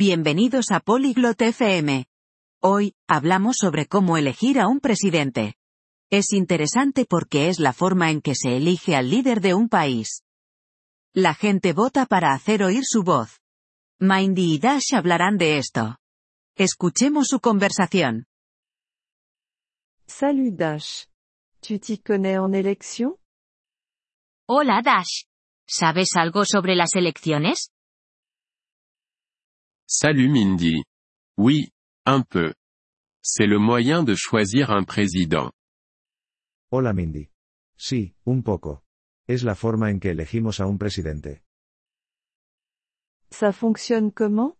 Bienvenidos a Polyglot FM. Hoy, hablamos sobre cómo elegir a un presidente. Es interesante porque es la forma en que se elige al líder de un país. La gente vota para hacer oír su voz. Mindy y Dash hablarán de esto. Escuchemos su conversación. Salut Dash. Tu t'y connais en élection Hola Dash. ¿Sabes algo sobre las elecciones? Salut Mindy. Oui, un peu. C'est le moyen de choisir un président. Hola Mindy. Sí, un poco. Es la forma en que elegimos a un presidente. Ça fonctionne comment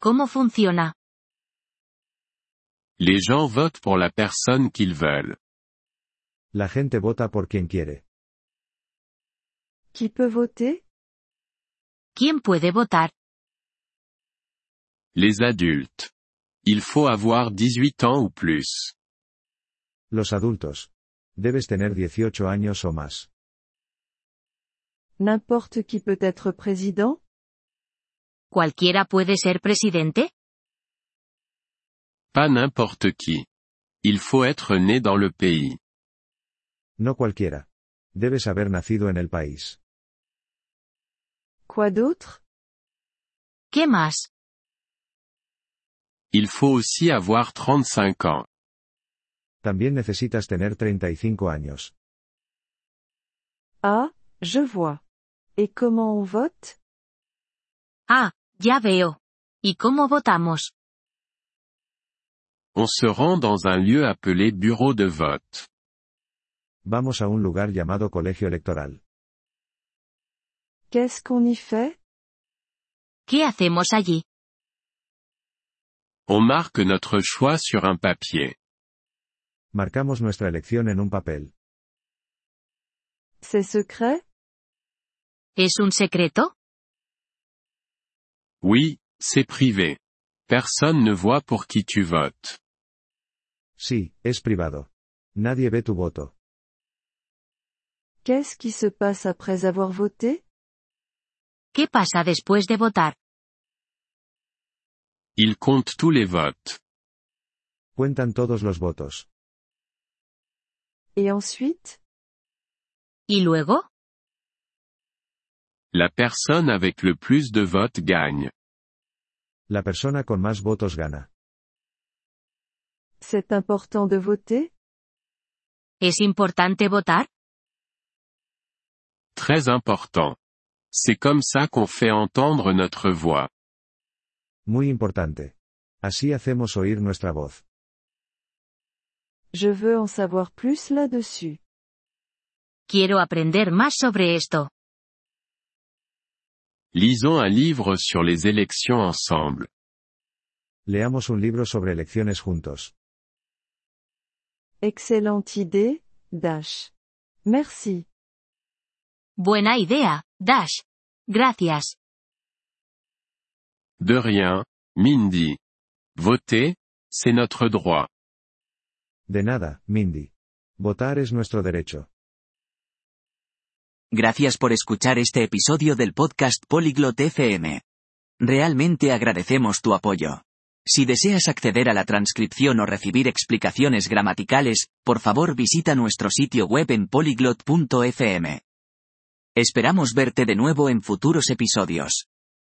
¿Cómo funciona? Les gens votent pour la personne qu'ils veulent. La gente vota por quien quiere. Qui peut voter ¿Quién puede votar? Les adultes. Il faut avoir 18 ans ou plus. Los adultos. Debes tener 18 años o más. N'importe qui peut être président ¿Cualquiera puede ser presidente? Pas n'importe qui. Il faut être né dans le pays. No cualquiera. Debes haber nacido en el país. Quoi d'autre ¿Qué más? Il faut aussi avoir 35 ans. También necesitas tener 35 años. Ah, je vois. Et comment on vote Ah, ya veo. ¿Y cómo votamos? On se rend dans un lieu appelé bureau de vote. Vamos a un lugar llamado colegio electoral. Qu'est-ce qu'on y fait ¿Qué hacemos allí? On marque notre choix sur un papier. Marcamos nuestra elección en un papel. C'est secret ¿Es un secreto? Oui, c'est privé. Personne ne voit pour qui tu votes. Sí, es privado. Nadie ve tu voto. Qu'est-ce qui se passe après avoir voté ¿Qué pasa después de votar? Il compte tous les votes. Cuentan todos los votos. Et ensuite ¿Y luego? La personne avec le plus de votes gagne. La persona con más votos gana. C'est important de voter ¿Es importante votar? Très important. C'est comme ça qu'on fait entendre notre voix. Muy importante. Así hacemos oír nuestra voz. Je veux en savoir plus là-dessus. Quiero aprender más sobre esto. Lisons un livre sur les élections ensemble. Leamos un libro sobre elecciones juntos. Excellente idée, Dash. Merci. Buena idea, Dash. Gracias. De rien, Mindy. Voter, c'est notre droit. De nada, Mindy. Votar es nuestro derecho. Gracias por escuchar este episodio del podcast Polyglot FM. Realmente agradecemos tu apoyo. Si deseas acceder a la transcripción o recibir explicaciones gramaticales, por favor visita nuestro sitio web en polyglot.fm. Esperamos verte de nuevo en futuros episodios.